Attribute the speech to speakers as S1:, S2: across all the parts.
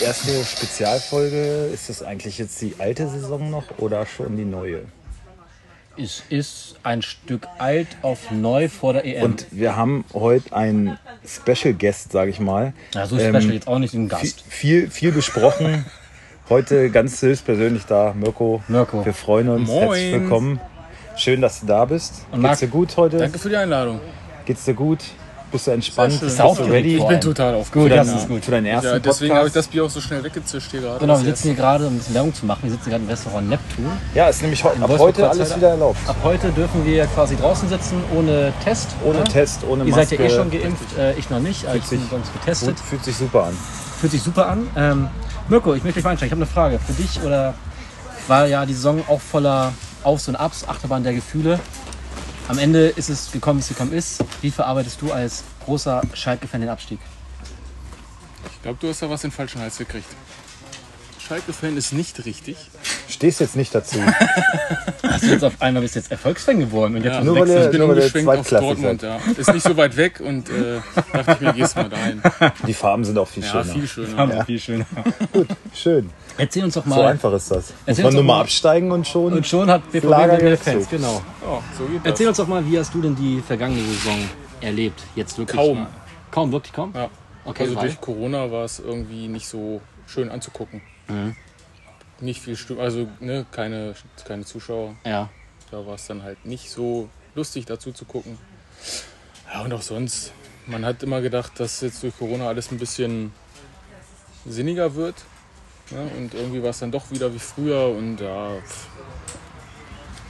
S1: erste Spezialfolge. Ist das eigentlich jetzt die alte Saison noch oder schon die neue?
S2: Es ist ein Stück alt auf neu vor der E EM.
S1: Und wir haben heute einen Special Guest, sage ich mal. Ähm,
S2: ja, so special jetzt auch nicht den Gast.
S1: Viel, viel besprochen. Heute ganz höchstpersönlich da, Mirko.
S2: Mirko.
S1: Wir freuen uns.
S3: Moin.
S1: Herzlich willkommen. Schön, dass du da bist.
S2: Marc,
S1: Geht's dir gut heute?
S3: Danke für die Einladung.
S1: Geht's dir gut? Bist du entspannt?
S3: Sehr schön.
S1: Bist du
S2: Aufgeregt
S1: ready?
S2: vor
S3: Ich
S2: allem.
S3: bin total
S1: Für
S3: aufgeregt.
S2: das
S1: deinen-
S2: ist gut.
S1: Für deinen ersten
S3: Ja, deswegen habe ich
S1: Podcast.
S3: das Bier auch so schnell weggezischt hier gerade. Also
S2: Genau,
S3: Das
S2: wir
S3: ist
S2: sitzen hier gerade, um ein bisschen Werbung zu machen. Wir sitzen gerade im Restaurant Neptun.
S1: ja, ist nämlich heute, ab
S2: Wolfsburg
S1: heute alles
S2: Kreuzheider.
S1: wieder erlaubt.
S2: Ab heute dürfen wir quasi draußen sitzen, ohne Test.
S1: Ohne
S2: Ja?
S1: Test, ohne
S2: Ihr seid
S1: Maske.
S2: ja eh schon geimpft, äh, ich noch nicht. Also ich
S1: Fühlt
S2: bin
S1: sich
S2: sonst getestet.
S1: Gut, fühlt sich super an.
S2: Fühlt sich super an. Ähm, Mirko, ich möchte dich mal einsteigen. Ich habe eine Frage für dich. Oder war ja die Saison auch voller Aufs und Abs, Achterbahn der Gefühle. Am Ende ist es gekommen, wie es gekommen ist. Wie verarbeitest du als großer Schalke-Fan den Abstieg?
S3: Ich glaube, du hast da was in den falschen Hals gekriegt. Schalke-Fan ist nicht richtig.
S1: Stehst jetzt nicht dazu.
S2: Jetzt auf einmal bist du jetzt Erfolgsfan geworden und jetzt
S3: Ja,
S2: ja,
S1: nur weil ihr-
S3: ich bin
S1: nur weil ihr
S3: umgeschwenkt auf
S1: zweitklassig
S3: Dortmund. Ja. Ist nicht so weit weg und äh, dachte ich mir, gehst mal dahin.
S1: Die Farben sind auch viel
S3: Ja,
S1: schöner.
S3: viel schöner.
S2: viel schöner.
S1: Schön.
S2: Erzähl uns doch
S1: So
S2: mal.
S1: einfach ist das. Muss
S2: Erzähl
S1: man
S2: uns
S1: nur
S2: doch
S1: mal
S2: mal.
S1: absteigen und schon.
S2: und schon hat BVB wieder
S1: Lager
S2: mehr
S1: gewechselt.
S2: Fans. Genau.
S3: Ja, so geht das.
S2: Erzähl uns doch mal, wie hast du denn die vergangene Saison erlebt? Jetzt wirklich
S3: Kaum.
S2: Mal. Kaum, wirklich kaum?
S3: Ja.
S2: Okay,
S3: Also
S2: weil?
S3: durch Corona war es irgendwie nicht so schön anzugucken.
S1: Mhm.
S3: Nicht viel Stimmung, also ne, keine, keine Zuschauer.
S2: Ja.
S3: Da war es dann halt nicht so lustig dazu zu gucken. Ja, und auch sonst. Man hat immer gedacht, dass jetzt durch Corona alles ein bisschen sinniger wird. Ne? Und irgendwie war es dann doch wieder wie früher und ja, pff,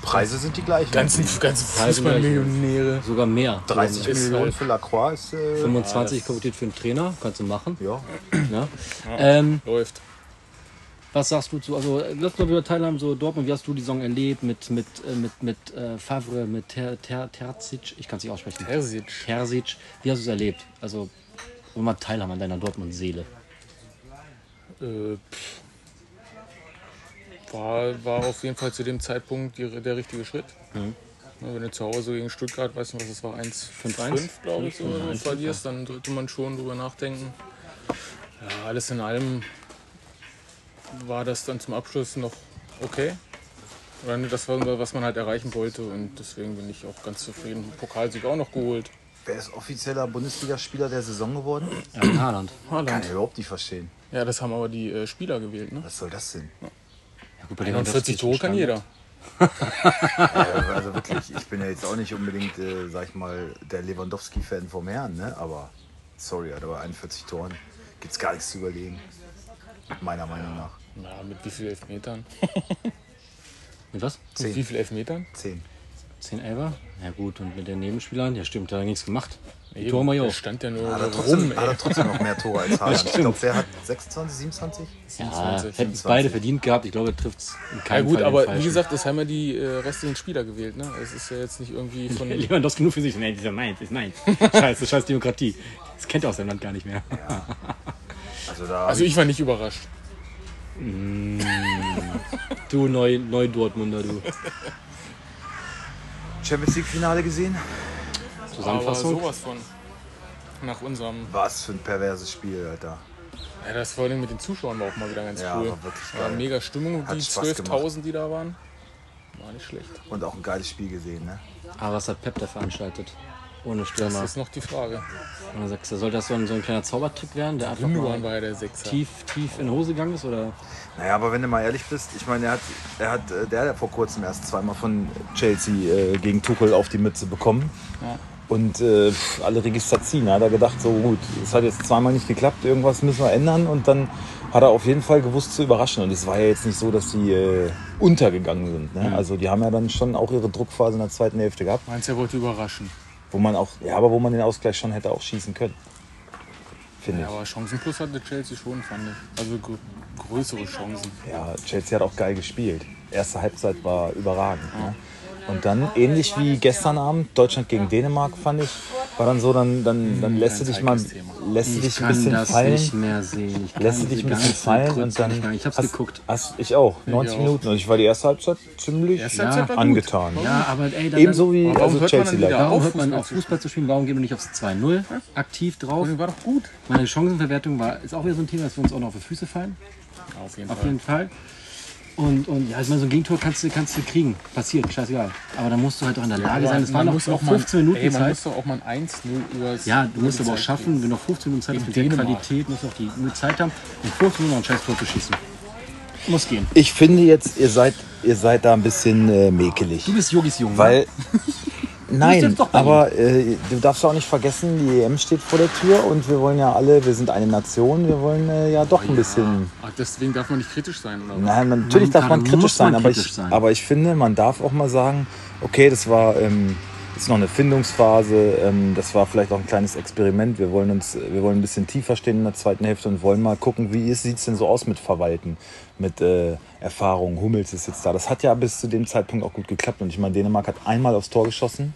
S1: Preise sind die gleichen.
S3: ganzen, ganzen Fußballmillionäre.
S2: Sogar mehr. Also
S1: 30
S3: ist
S1: Millionen
S3: halt-
S1: für Lacroix ist. Äh,
S2: 25 kommentiert für einen Trainer, kannst du machen.
S1: ja.
S2: Ne? Ähm,
S3: Läuft.
S2: was sagst du zu, also äh, lass mal wieder teilhaben, so Dortmund, wie hast du die Saison erlebt mit, mit, äh, mit, mit äh, Favre, mit Ter, Ter, Terzic, ich kann es nicht aussprechen,
S3: Terzic.
S2: Terzic, wie hast du es erlebt? Also, wollen wir mal teilhaben an deiner Dortmund-Seele.
S3: Äh, pff. war, war auf jeden Fall zu dem Zeitpunkt die, der richtige Schritt. Ne, Wenn du zu Hause gegen Stuttgart, weiß nicht, was es war, 1,5 glaube ich, so oder so verlierst, dann sollte man schon drüber nachdenken. Ja, alles in allem war das dann zum Abschluss noch okay. Oder ne, Das war, was man halt erreichen wollte und deswegen bin ich auch ganz zufrieden. Pokalsieg auch noch geholt.
S1: Wer ist offizieller Bundesligaspieler der Saison geworden?
S2: Ja, in Haaland.
S1: Kann ich überhaupt nicht verstehen.
S3: Ja, das haben aber die äh, Spieler gewählt. Ne?
S1: Was soll das denn?
S2: Ja, gut, bei dem Lewandowski
S3: 41 Tore
S2: ist schon
S3: kann jeder.
S1: Also, also wirklich, ich bin ja jetzt auch nicht unbedingt, äh, sag ich mal, der Lewandowski-Fan vom Herrn, ne? Aber sorry, Alter, bei 41 Toren gibt's gar nichts zu überlegen. Meiner Meinung nach.
S3: Ja, mit wie vielen Elfmetern?
S2: Mit was?
S3: Mit wie vielen Elfmetern?
S1: 10.
S2: 10 Elfer? Ja gut, und mit den Nebenspielern, ja stimmt, da hat er nichts gemacht. Die
S3: Eben,
S2: Tore haben wir ja
S3: der
S2: auch.
S3: stand ja nur
S1: Hat er
S3: rum,
S1: trotzdem, hat
S3: ey.
S1: er trotzdem noch mehr Tore als Haaland. Ich
S2: stimmt.
S1: glaube, der hat 26, 27?
S2: Ja,
S3: 27,
S2: hätten es beide verdient gehabt, ich glaube, er trifft es in
S3: Ja
S2: keinem
S3: gut,
S2: Ah, Fall den
S3: aber wie
S2: Falschen.
S3: gesagt, das haben ja die äh, restlichen Spieler gewählt. Ne? Es ist ja jetzt nicht irgendwie von...
S2: Ja, Lewandowski nur für sich. Nein, dieser meins, ist meins. Scheiße, scheiß Demokratie. Das kennt er aus seinem Land gar nicht mehr.
S1: Also da
S3: Also ich war nicht überrascht.
S2: Du neu, neu Dortmunder, du.
S1: Champions League-Finale gesehen?
S3: Aber
S2: Zusammenfassung.
S3: sowas von. Nach unserem...
S1: Was für ein perverses Spiel, Alter.
S3: Ja, das vor allem mit den Zuschauern war auch mal wieder ganz
S1: Ja,
S3: cool.
S1: war wirklich
S3: War
S1: geil.
S3: mega Stimmung,
S1: Hat
S3: die
S1: Spaß
S3: 12.000, die da waren. War nicht schlecht.
S1: Und auch ein geiles Spiel gesehen, ne?
S2: Aber was hat Pep da veranstaltet? Ohne
S3: Das
S2: Stürmer.
S3: ist noch die Frage.
S2: Ohne Sechser. Soll das so ein, so ein kleiner Zaubertrick werden, der einfach
S3: Gündogan
S2: mal
S3: war ja der Sechser.
S2: tief, tief in Hose gegangen ist? Oder?
S1: Naja, aber wenn du mal ehrlich bist, ich meine, er hat, er hat, äh, der hat ja vor kurzem erst zweimal von Chelsea äh, gegen Tuchel auf die Mütze bekommen. Und äh, pf, alle Register ziehen. Da hat er gedacht, so gut, es hat jetzt zweimal nicht geklappt, irgendwas müssen wir ändern. Und dann hat er auf jeden Fall gewusst zu überraschen. Und es war ja jetzt nicht so, dass die äh, untergegangen sind. Ne? Also die haben ja dann schon auch ihre Druckphase in der zweiten Hälfte gehabt,
S3: Meinst du, er wollte überraschen?
S1: wo man auch, ja, aber wo man den Ausgleich schon hätte auch schießen können. Finde
S3: Ja, aber Chancen plus hatte Chelsea schon, fand ich. Also gr größere Chancen.
S1: Ja, Chelsea hat auch geil gespielt. Erste Halbzeit war überragend. Ne? Und dann, ähnlich wie gestern Abend, Deutschland gegen Dänemark, fand ich, war dann so, dann, dann, dann lässt du
S3: ganz
S1: dich mal
S3: heikles Hm, Thema.
S1: lässt
S4: Ich
S1: du dich ein
S4: kann
S1: bisschen
S4: das
S1: fallen.
S4: nicht mehr sehen. Ich kann
S1: Lässt du
S4: diese
S1: dich ein
S4: ganzen
S1: bisschen fallen
S4: Trütze
S1: und dann.
S4: nicht mehr. Ich hab's
S1: hast,
S4: geguckt.
S1: Hast, ich auch, 90
S3: auch.
S1: Minuten. Und ich war die erste Halbzeit ziemlich
S3: Erste Halbzeit war gut.
S1: angetan.
S2: Ja, aber ey, dann,
S1: Ebenso wie
S3: Warum
S1: also
S3: hört man dann
S1: Chelsea lag.
S3: wieder?
S2: Warum
S3: auf
S2: hört man
S3: Fußball
S2: auf
S3: zu
S2: Fußball zu spielen? Warum gehen wir nicht aufs 2-0? Aktiv drauf.
S3: War doch gut.
S2: Meine Chancenverwertung war, ist auch wieder so ein Thema, dass wir uns auch noch auf die Füße fallen.
S3: Auf jeden
S2: Auf
S3: Fall.
S2: jeden Fall. Und, und ja, ich meine, so ein Gegentor kannst du, kannst du kriegen. Passiert, scheißegal. Aber da musst du halt auch in der Lage sein. Es waren noch noch 15 Minuten
S3: ey, man
S2: Zeit.
S3: muss doch auch mal ein 1-0 übers.
S2: Ja, du musst aber auch
S3: Zeit
S2: schaffen, wenn du noch 15 Minuten Zeit hast, mit der
S3: Gegen Dänemark.
S2: Qualität, musst du auch die genug Zeit haben, in 15 Minuten noch ein scheiß Tor zu schießen. Muss gehen.
S1: Ich finde jetzt, ihr seid, ihr seid da ein bisschen äh, mäkelig.
S2: Du bist Jogis Jung. ne?
S1: Weil. Nein,
S2: jetzt doch bei
S1: aber äh, du darfst auch nicht vergessen, die EM steht vor der Tür und wir wollen ja alle, wir sind eine Nation, wir wollen äh, ja doch ein bisschen.
S3: Ach, Ah, deswegen darf man nicht kritisch sein, oder? was?
S1: Nein, natürlich
S2: Man
S1: darf man
S2: kann-
S1: kritisch,
S2: muss
S1: sein,
S2: man
S1: aber ich,
S2: kritisch sein.
S1: aber ich finde, man darf auch mal sagen, okay, das war ähm, ist noch eine Findungsphase, ähm, das war vielleicht auch ein kleines Experiment. Wir wollen uns, wir wollen ein bisschen tiefer stehen in der zweiten Hälfte und wollen mal gucken, wie sieht es denn so aus mit Verwalten, mit äh, Erfahrung. Hummels ist jetzt da. Das hat ja bis zu dem Zeitpunkt auch gut geklappt. Und ich meine, Dänemark hat einmal aufs Tor geschossen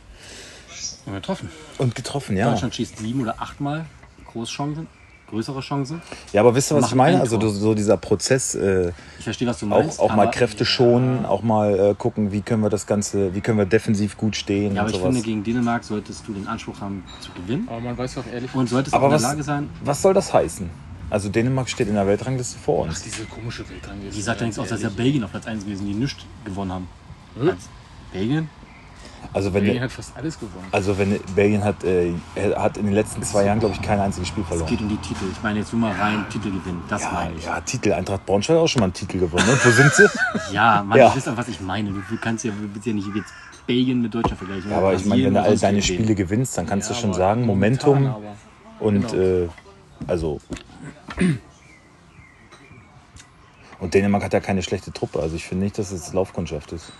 S2: Und getroffen.
S1: und getroffen, ja.
S2: Deutschland schießt sieben oder achtmal Großchancen, größere Chancen.
S1: Ja, aber wisst ihr, was
S2: Machen
S1: ich meine?
S2: ein
S1: Also
S2: Tor.
S1: so- so dieser Prozess. Äh,
S2: Ich verstehe, was du
S1: auch,
S2: meinst.
S1: auch mal
S2: aber-
S1: Kräfte schonen, auch mal äh, gucken, wie können wir das Ganze, wie können wir defensiv gut stehen
S2: Ja, aber
S1: und
S2: ich
S1: sowas.
S2: finde, gegen Dänemark solltest du den Anspruch haben zu gewinnen.
S3: Aber man weiß doch ehrlich,
S2: Und solltest
S1: aber
S2: auch in
S1: was,
S2: der Lage sein,
S1: was soll das heißen? Also Dänemark steht in der Weltrangliste vor uns.
S3: diese komische Weltrangliste.
S2: die sagt ja nichts aus, dass ja
S3: Ehrlich.
S2: Belgien auf Platz 1 gewesen die nichts gewonnen haben.
S3: Hm?
S2: Als Belgien?
S1: Also wenn,
S3: Belgien hat fast alles gewonnen.
S1: also wenn Belgien hat, äh, hat in den letzten zwei Jahren, glaube ich, kein einziges Spiel
S2: Es geht
S1: verloren.
S2: um die Titel. Ich meine jetzt nur mal rein Titelgewinn. Das
S1: Ja,
S2: meine ich.
S1: ja, Titel. Eintracht Braunschweig hat auch schon mal einen Titel gewonnen. Und wo sind sie?
S2: Ja, Mann,
S1: Ja.
S2: du wisst doch, was ich meine. Du, du kannst ja, du willst ja nicht jetzt Belgien mit Deutschland vergleichen.
S1: Ja, aber ich meine, wenn du
S2: Brasilien
S1: all
S2: oder
S1: deine
S2: sonst wen.
S1: Spiele gewinnst, dann kannst
S3: Ja,
S1: du schon
S3: aber
S1: sagen, Momentum
S3: momentan aber.
S1: und
S3: Genau.
S1: äh, also. Und Dänemark hat ja keine schlechte Truppe. Also ich finde nicht, dass es Laufkundschaft ist.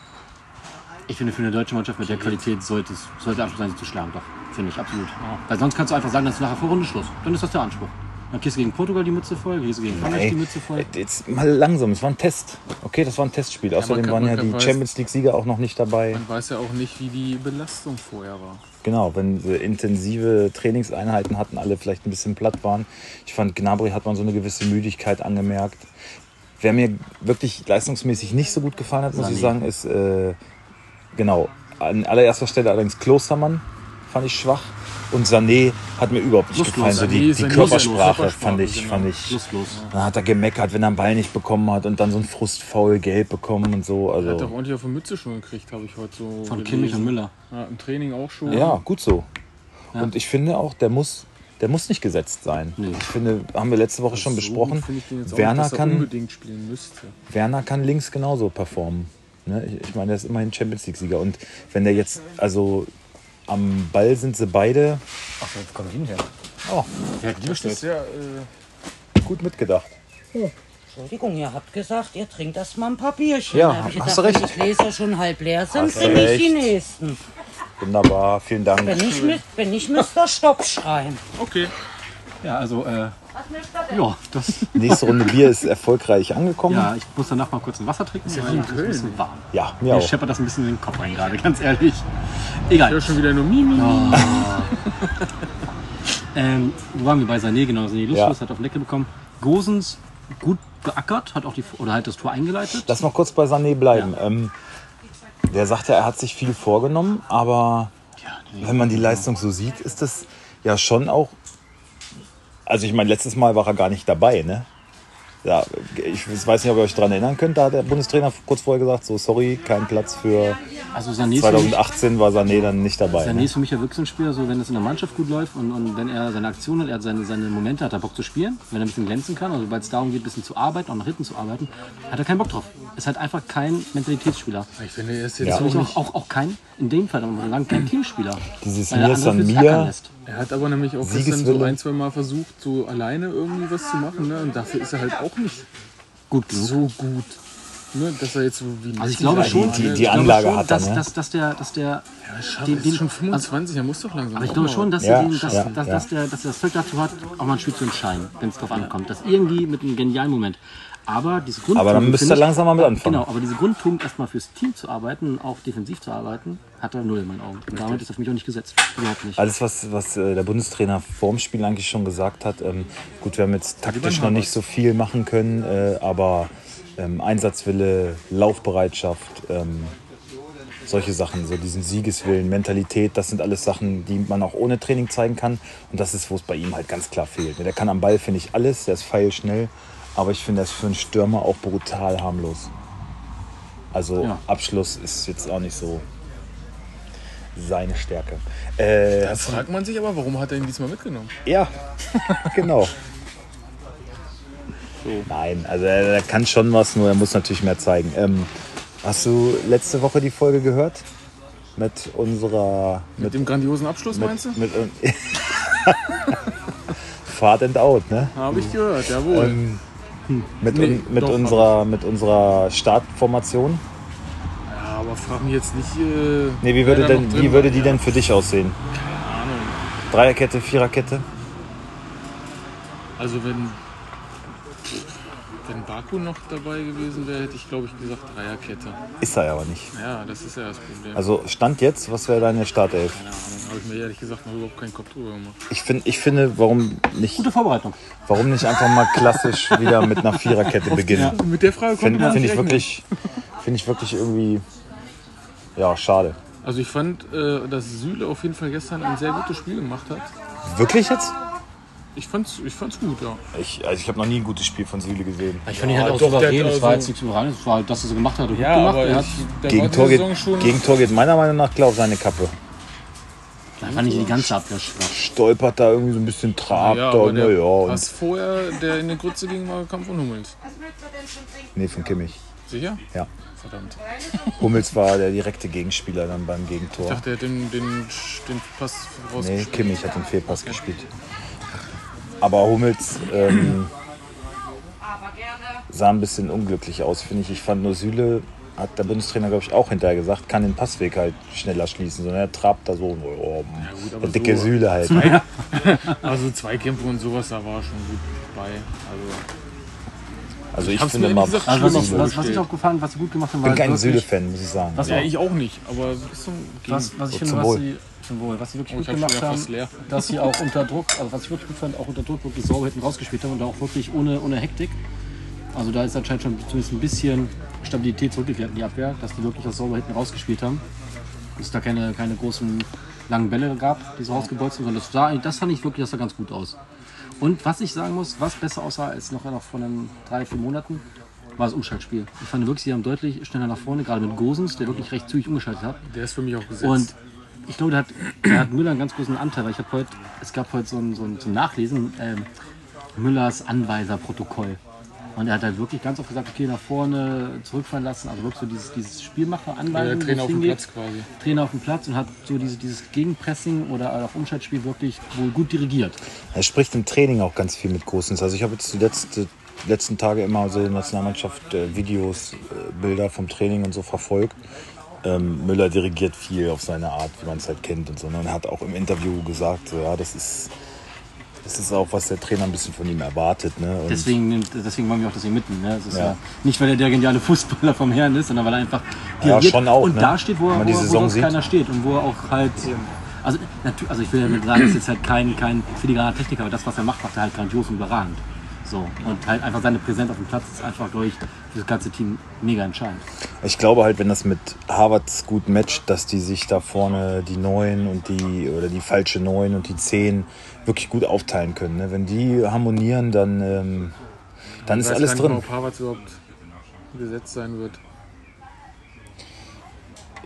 S2: Ich finde, für eine deutsche Mannschaft mit der Qualität sollte es sollte der Anspruch sein, sie zu schlagen. Doch, finde ich, absolut. Weil sonst kannst du einfach sagen, dass du nachher Vorrunde Schluss. Dann ist das der Anspruch. Dann kriegst du gegen Portugal die Mütze voll, kriegst du gegen Frankreich die
S1: Ey, äh,
S2: Mütze voll.
S1: jetzt mal langsam, es war ein Test. Okay, das war ein Testspiel. Außerdem
S3: kann-
S1: waren ja
S3: man kann-
S1: die
S3: weiß-
S1: Champions League-Sieger auch noch nicht dabei.
S3: Man weiß ja auch nicht, wie die Belastung vorher war.
S1: Genau, wenn sie intensive Trainingseinheiten hatten, alle vielleicht ein bisschen platt waren. Ich fand, Gnabry hat man so eine gewisse Müdigkeit angemerkt. Wer mir wirklich leistungsmäßig nicht so gut gefallen hat, muss ich
S2: Sané.
S1: sagen, ist äh, genau an allererster Stelle allerdings Klostermann. Fand ich schwach. Und Sané hat mir überhaupt nicht
S2: Lustlos.
S1: gefallen. So die,
S3: Sané,
S1: die
S3: Sané,
S1: Körpersprache
S3: Körpersprache,
S1: fand ich,
S3: genau.
S1: fand ich
S2: Lustlos.
S1: Dann hat er gemeckert, wenn er einen Ball nicht bekommen hat und dann so ein frustfaul Gelb bekommen und so.
S3: Er hat doch
S1: Also,
S3: ordentlich auf die Mütze schon gekriegt, habe ich heute so.
S2: Von
S3: gelesen.
S2: Kimmich und Müller.
S3: Ja, Im Training auch schon.
S1: ja, gut so. Und ich finde auch, der muss, der muss nicht gesetzt sein.
S2: Nee.
S1: Ich finde, haben wir letzte Woche schon
S3: So
S1: besprochen,
S3: finde ich den jetzt auch
S1: Werner,
S3: nicht, dass er
S1: kann,
S3: unbedingt spielen müsste.
S1: Werner kann links genauso performen. Ne? Ich, ich meine, der ist immerhin Champions League-Sieger. Und wenn der jetzt, also am Ball sind sie beide
S2: Ach, jetzt kommt hin her.
S1: oh,
S2: Ja, die
S3: Das ist
S2: bestimmt.
S3: ja, äh,
S1: gut mitgedacht.
S5: Entschuldigung, ihr habt gesagt, ihr trinkt das mal ein paar Bierchen.
S1: Ja,
S5: Da hab ich
S1: hast
S5: gedacht,
S1: du recht.
S5: Wenn die Gläser schon halb leer sind,
S1: Hast du
S5: trinke ich die
S1: recht.
S5: nächsten.
S1: Wunderbar, vielen Dank.
S5: Wenn nicht, mü- wenn nicht müsst ihr Stopp schreien.
S3: okay.
S2: Ja, also, äh, ja, das,
S1: Nächste Runde Bier ist erfolgreich angekommen. Ja,
S2: ja, ich muss danach mal kurz ein Wasser trinken, weil es ist ein bisschen warm.
S1: mir
S2: Mir
S1: auch.
S2: scheppert das ein bisschen in den Kopf rein gerade, ganz ehrlich. Egal.
S3: Ja, schon wieder nur Mimi.
S2: Ähm, wo waren wir bei Sané? Genau, Sané lustlos,
S1: Ja.
S2: hat auf den Deckel bekommen. Gosens gut geackert, hat auch die, oder halt das Tor eingeleitet.
S1: Lass mal kurz bei Sané bleiben. Ähm, der sagt ja, er hat sich viel vorgenommen, aber
S2: ja, nee.
S1: wenn man die Leistung so sieht, ist das ja schon auch. Also ich meine, letztes Mal war er gar nicht dabei, ne? Ja, ich weiß nicht, ob ihr euch daran erinnern könnt. Da hat der Bundestrainer kurz vorher gesagt, so sorry, kein Platz für
S2: Also Sané ist, für mich,
S1: 2018 war Sané dann nicht dabei.
S2: Sané
S1: Ne?
S2: ist für mich ja wirklich so ein Spieler, so wenn es in der Mannschaft gut läuft und, und wenn er seine Aktionen hat, er hat seine, seine Momente, hat er Bock zu spielen, wenn er ein bisschen glänzen kann, also sobald es darum geht, ein bisschen zu arbeiten, auch nach hinten zu arbeiten, hat er keinen Bock drauf. Ist halt einfach kein Mentalitätsspieler.
S3: Ich finde, er ist jetzt
S1: Ja.
S3: auch
S2: Auch,
S3: nicht.
S2: auch, auch, auch kein, in dem Fall, dann muss man sagen, kein Teamspieler.
S1: Dieses
S2: Weil er
S1: Mir
S2: andere
S1: San
S2: fürs
S1: Mir.
S2: Ackern lässt.
S3: Er hat aber nämlich auch gestern
S1: Siegeswille.
S3: so ein, zwei Mal versucht, so alleine irgendwie was zu machen. Ne? Und dafür ist er halt auch nicht
S2: Gut genug.
S3: so gut. ne, dass er jetzt so wie
S2: Also ich glaube
S1: die-
S2: schon,
S1: die- die
S2: ich glaube
S1: Anlage
S2: schon,
S1: hat er,
S2: dass,
S1: ne?
S2: dass, dass der, dass der,
S3: Schaffe,
S2: den-
S3: den,
S2: den-
S3: schon 25, er muss doch langsam.
S2: aber ich glaube schon, dass,
S1: Ja,
S2: er den, dass,
S1: ja,
S2: dass,
S1: ja.
S2: Dass, der, dass er das Zeug dazu hat, auch mal ein Spiel zu entscheiden, wenn es drauf ankommt. Das irgendwie mit einem genialen Moment. Aber diese Grundtugend,
S1: Aber dann müsste
S2: finde
S1: er
S2: ich-
S1: langsam mal mit anfangen.
S2: Genau, aber diese Grundtugend, erstmal fürs Team zu arbeiten, auch defensiv zu arbeiten, hat er null in meinen Augen. Und damit ist er für mich auch nicht gesetzt. Überhaupt nicht.
S1: Alles, was, was äh, der Bundestrainer vorm Spiel eigentlich schon gesagt hat, ähm, gut, wir haben jetzt taktisch noch nicht so viel machen können, äh, aber ähm, Einsatzwille, Laufbereitschaft, ähm, solche Sachen, so diesen Siegeswillen, Mentalität, das sind alles Sachen, die man auch ohne Training zeigen kann. Und das ist, wo es bei ihm halt ganz klar fehlt. Der kann am Ball, finde ich, alles, der ist feilschnell, aber ich finde, der ist für einen Stürmer auch brutal harmlos. Also
S2: Ja.
S1: Abschluss ist jetzt auch nicht so seine Stärke. Äh,
S3: Da fragt man sich aber, warum hat er ihn diesmal mitgenommen?
S1: ja, genau. Nein, also er, er kann schon was, nur er muss natürlich mehr zeigen. Ähm, hast du letzte Woche die Folge gehört? Mit unserer.
S3: Mit, dem grandiosen Abschluss, meinst du?
S1: Mit, mit, Fahrt and out, ne?
S3: Habe ich gehört, jawohl.
S1: Ähm, mit,
S3: Nee,
S1: un, mit,
S3: doch,
S1: unserer, mit unserer Startformation.
S3: ja, aber frag mich jetzt nicht. Äh,
S1: Nee, wie
S3: wer
S1: würde,
S3: da
S1: denn,
S3: noch
S1: wie
S3: drin
S1: würde
S3: war.
S1: die denn für dich aussehen?
S3: Keine Ahnung.
S1: Dreierkette, Viererkette?
S3: Also wenn, wenn Baku noch dabei gewesen wäre, hätte ich glaube ich gesagt Dreierkette.
S1: Ist er aber nicht.
S3: Ja, das ist ja das Problem.
S1: Also Stand jetzt, was wäre deine Startelf?
S3: Keine Ahnung, habe ich mir ehrlich gesagt noch überhaupt keinen Kopf drüber gemacht.
S1: Ich, find, ich finde, warum nicht
S2: Gute Vorbereitung.
S1: Warum nicht einfach mal klassisch wieder mit einer Viererkette beginnen?
S3: Mit der Frage kommt
S1: Finde find ich wirklich, finde ich wirklich irgendwie, ja, schade.
S3: Also ich fand, äh, dass Süle auf jeden Fall gestern ein sehr gutes Spiel gemacht hat.
S1: Wirklich jetzt?
S3: Ich fand's, ich fand's gut, ja.
S1: Ich, also ich habe noch nie ein gutes Spiel von Süle gesehen.
S2: Ich fand ihn halt auch
S3: doch, der hat
S2: souverän. Es war
S3: also-
S2: jetzt nichts Überragendes. Es war halt, dass er so gemacht hat. und gut gemacht. Er hat,
S1: Gegentor geht,
S3: schon.
S1: Gegentor geht meiner Meinung nach klar auf seine Kappe.
S2: da fand ich die ganze Abwehr schwach.
S1: Stolpert da irgendwie so ein bisschen, trabt
S3: ja,
S1: da,
S3: aber
S1: naja.
S3: der
S1: und-
S3: Pass vorher, der in die Grütze ging, war Kampf von Hummels.
S1: Nee, von Kimmich.
S3: Sicher?
S1: Ja.
S3: Verdammt.
S1: Hummels war der direkte Gegenspieler dann beim
S3: Ich
S1: Gegentor.
S3: dachte, er hat den, den, den Pass
S1: Nee,
S3: rausgeschickt.
S1: Kimmich hat den Fehlpass gespielt. Aber Hummels ähm, sah ein bisschen unglücklich aus, finde ich. Ich fand nur Süle, hat der Bundestrainer, glaube ich, auch hinterher gesagt, kann den Passweg halt schneller schließen. Sondern er trabt da so. und, Oh,
S3: gut, aber
S1: der dicke
S3: so-
S1: Süle halt.
S3: Also Zweikämpfe und sowas, da war schon gut bei. Also
S1: Also ich,
S3: hab's
S1: finde
S3: mir
S1: mal,
S3: ehrlich gesagt
S2: Also was, ich,
S3: Entschuldigung,
S2: was, was
S3: steht.
S2: ich auch gefallen, was sie gut gemacht haben,
S1: ich bin kein
S2: wirklich-
S1: Süle-Fan, muss ich sagen.
S2: Was
S3: Ja,
S2: auch-
S3: ich auch nicht, aber bis zum
S2: Was, was ich
S1: Zum
S2: finde, was
S1: Wohl.
S2: sie, zum Wohl, was sie wirklich
S3: Oh, ich
S2: gut
S3: hab
S2: gemacht
S3: schon wieder
S2: haben,
S3: fast leer.
S2: dass sie auch unter Druck, also was ich wirklich gut fand, auch unter Druck wirklich sauber hätten rausgespielt haben und auch wirklich ohne, ohne Hektik. Also da ist anscheinend schon zumindest ein bisschen Stabilität zurückgekehrt in die Abwehr, dass die wirklich das sauber hinten rausgespielt haben. Dass es da keine, keine großen langen Bälle gab, die so rausgebolzt sind, sondern das, sah, eigentlich- das fand ich wirklich, das sah ganz gut aus. Und was ich sagen muss, was besser aussah als noch, noch vor einem drei, vier Monaten, war das Umschaltspiel. Ich fand wirklich, sie haben deutlich schneller nach vorne, gerade mit Gosens, der wirklich recht zügig umgeschaltet hat.
S3: Der ist für mich auch gesetzt.
S2: Und ich glaube, da hat, da hat Müller einen ganz großen Anteil, weil ich habe heute, es gab heute so ein, so ein zum Nachlesen ähm, Müllers Anweiserprotokoll. Und er hat halt wirklich ganz oft gesagt, okay, nach vorne zurückfallen lassen, also wirklich so dieses, dieses Spielmacher
S3: Ja, der
S2: anweisen.
S3: Trainer auf dem Platz quasi.
S2: Trainer auf dem Platz und hat so diese, dieses Gegenpressing oder auch Umschaltspiel wirklich wohl gut dirigiert.
S1: Er spricht im Training auch ganz viel mit Großens. Also ich habe jetzt die letzte, letzten Tage immer so die Nationalmannschaft äh, Videos, äh, Bilder vom Training und so verfolgt. Ähm, Müller dirigiert viel auf seine Art, wie man es halt kennt und so. Und er hat auch im Interview gesagt, so, ja, das ist, das ist auch, was der Trainer ein bisschen von ihm erwartet. Ne? Und
S2: Deswegen, deswegen wollen wir auch deswegen mitten. Ne? Das ist
S1: Ja.
S2: ja. nicht, weil er der geniale Fußballer vom Herrn ist, sondern weil er einfach
S1: Ja,
S2: dirigiert
S1: schon auch,
S2: und
S1: ne?
S2: da steht, wo,
S1: Wenn
S2: er-
S1: man
S2: wo,
S1: die
S2: er- wo
S1: Saison
S2: sonst
S1: sieht.
S2: keiner steht und wo er auch halt. Also, natu- also ich will ja nicht sagen, dass jetzt halt kein, kein filigraner Techniker, aber das, was er macht, macht er halt grandios und überragend. So. Und halt einfach seine Präsenz auf dem Platz ist einfach, glaube ich, für das ganze Team mega entscheidend.
S1: Ich glaube halt, wenn das mit Harvards gut matcht, dass die sich da vorne die Neun und die oder die falsche Neun und die Zehn wirklich gut aufteilen können. Ne? Wenn die harmonieren, dann, ähm, dann
S3: Ich
S1: ist
S3: weiß
S1: alles
S3: gar nicht
S1: drin.
S3: mal, Ob Harvard überhaupt gesetzt sein wird.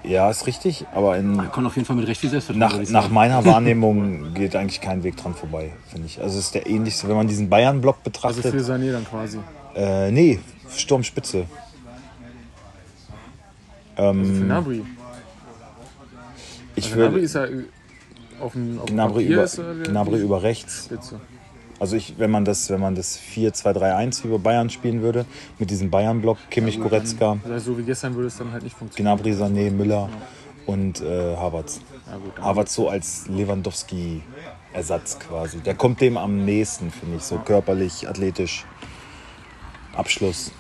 S1: Ja, ist richtig, aber in,
S2: Er kommt auf jeden Fall mit recht viel Selbstvertrauen.
S1: nach,
S2: würde ich
S1: nach
S2: sagen.
S1: meiner Wahrnehmung geht eigentlich kein Weg dran vorbei, finde ich. Also es ist der ähnlichste, wenn man diesen Bayern-Block
S3: Also für
S1: betrachtet.
S3: Sané dann quasi.
S1: äh, nee, Sturmspitze.
S3: Für Nabri.
S1: Ich
S3: Also Nabri
S1: würde
S3: ist ja äh, auf dem, auf dem
S1: Gnabry
S3: Papier
S1: über,
S3: ist er der-
S1: Gnabry über rechts.
S3: Spitze.
S1: Also ich, wenn man das, wenn man das 4-2-3-1 wie bei Bayern spielen würde, mit diesem Bayern-Block, Kimmich, Goretzka,
S3: Also so wie gestern würde es dann halt nicht funktionieren.
S1: Gnabry, Sané, Müller und äh, Havertz. Havertz so als Lewandowski-Ersatz quasi. Der kommt dem am nächsten, finde ich, so körperlich, athletisch. Abschluss.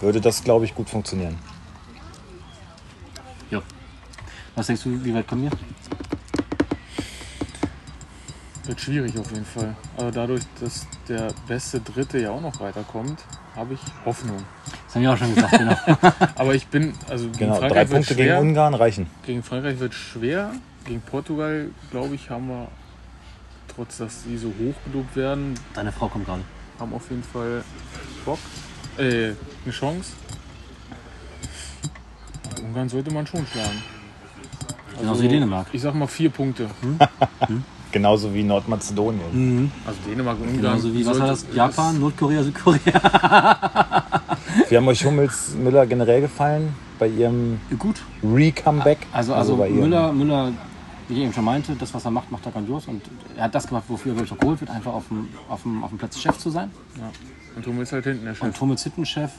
S1: Würde das, glaube ich, gut funktionieren.
S2: Ja. Was denkst du, wie weit kommen wir?
S3: Wird schwierig auf jeden Fall. Aber dadurch, dass der beste Dritte ja auch noch weiterkommt, habe ich Hoffnung.
S2: Das haben wir auch schon gesagt, genau.
S3: Aber ich bin, also gegen
S1: Genau, drei
S3: Frankreich wird
S1: Punkte gegen
S3: schwer.
S1: Ungarn reichen.
S3: Gegen Frankreich wird schwer. Gegen Portugal, glaube ich, haben wir, trotz dass sie so hoch gelobt werden,
S2: Deine Frau kommt gerade.
S3: haben auf jeden Fall Bock. Äh, eine Chance. Ungarn sollte man schon schlagen.
S2: Genauso wie Dänemark.
S3: Ich sag mal vier Punkte.
S1: Hm? Genauso wie Nordmazedonien.
S3: Also Dänemark und Ungarn.
S2: Genauso wie, was war das?
S3: sollte-
S2: Japan, Nordkorea, Südkorea.
S1: Wie haben euch Hummels Müller generell gefallen bei ihrem
S2: Gut.
S1: Re-Comeback?
S2: Also, also,
S1: bei ihrem-
S2: Müller, Müller, wie ich eben schon meinte, das, was er macht, macht er grandios. Und er hat das gemacht, wofür er wirklich auch geholt wird, einfach auf dem, auf dem, auf dem Platz Chef zu sein.
S3: Und Hummels halt hinten, der Chef.
S2: Und Hummels Hittenchef,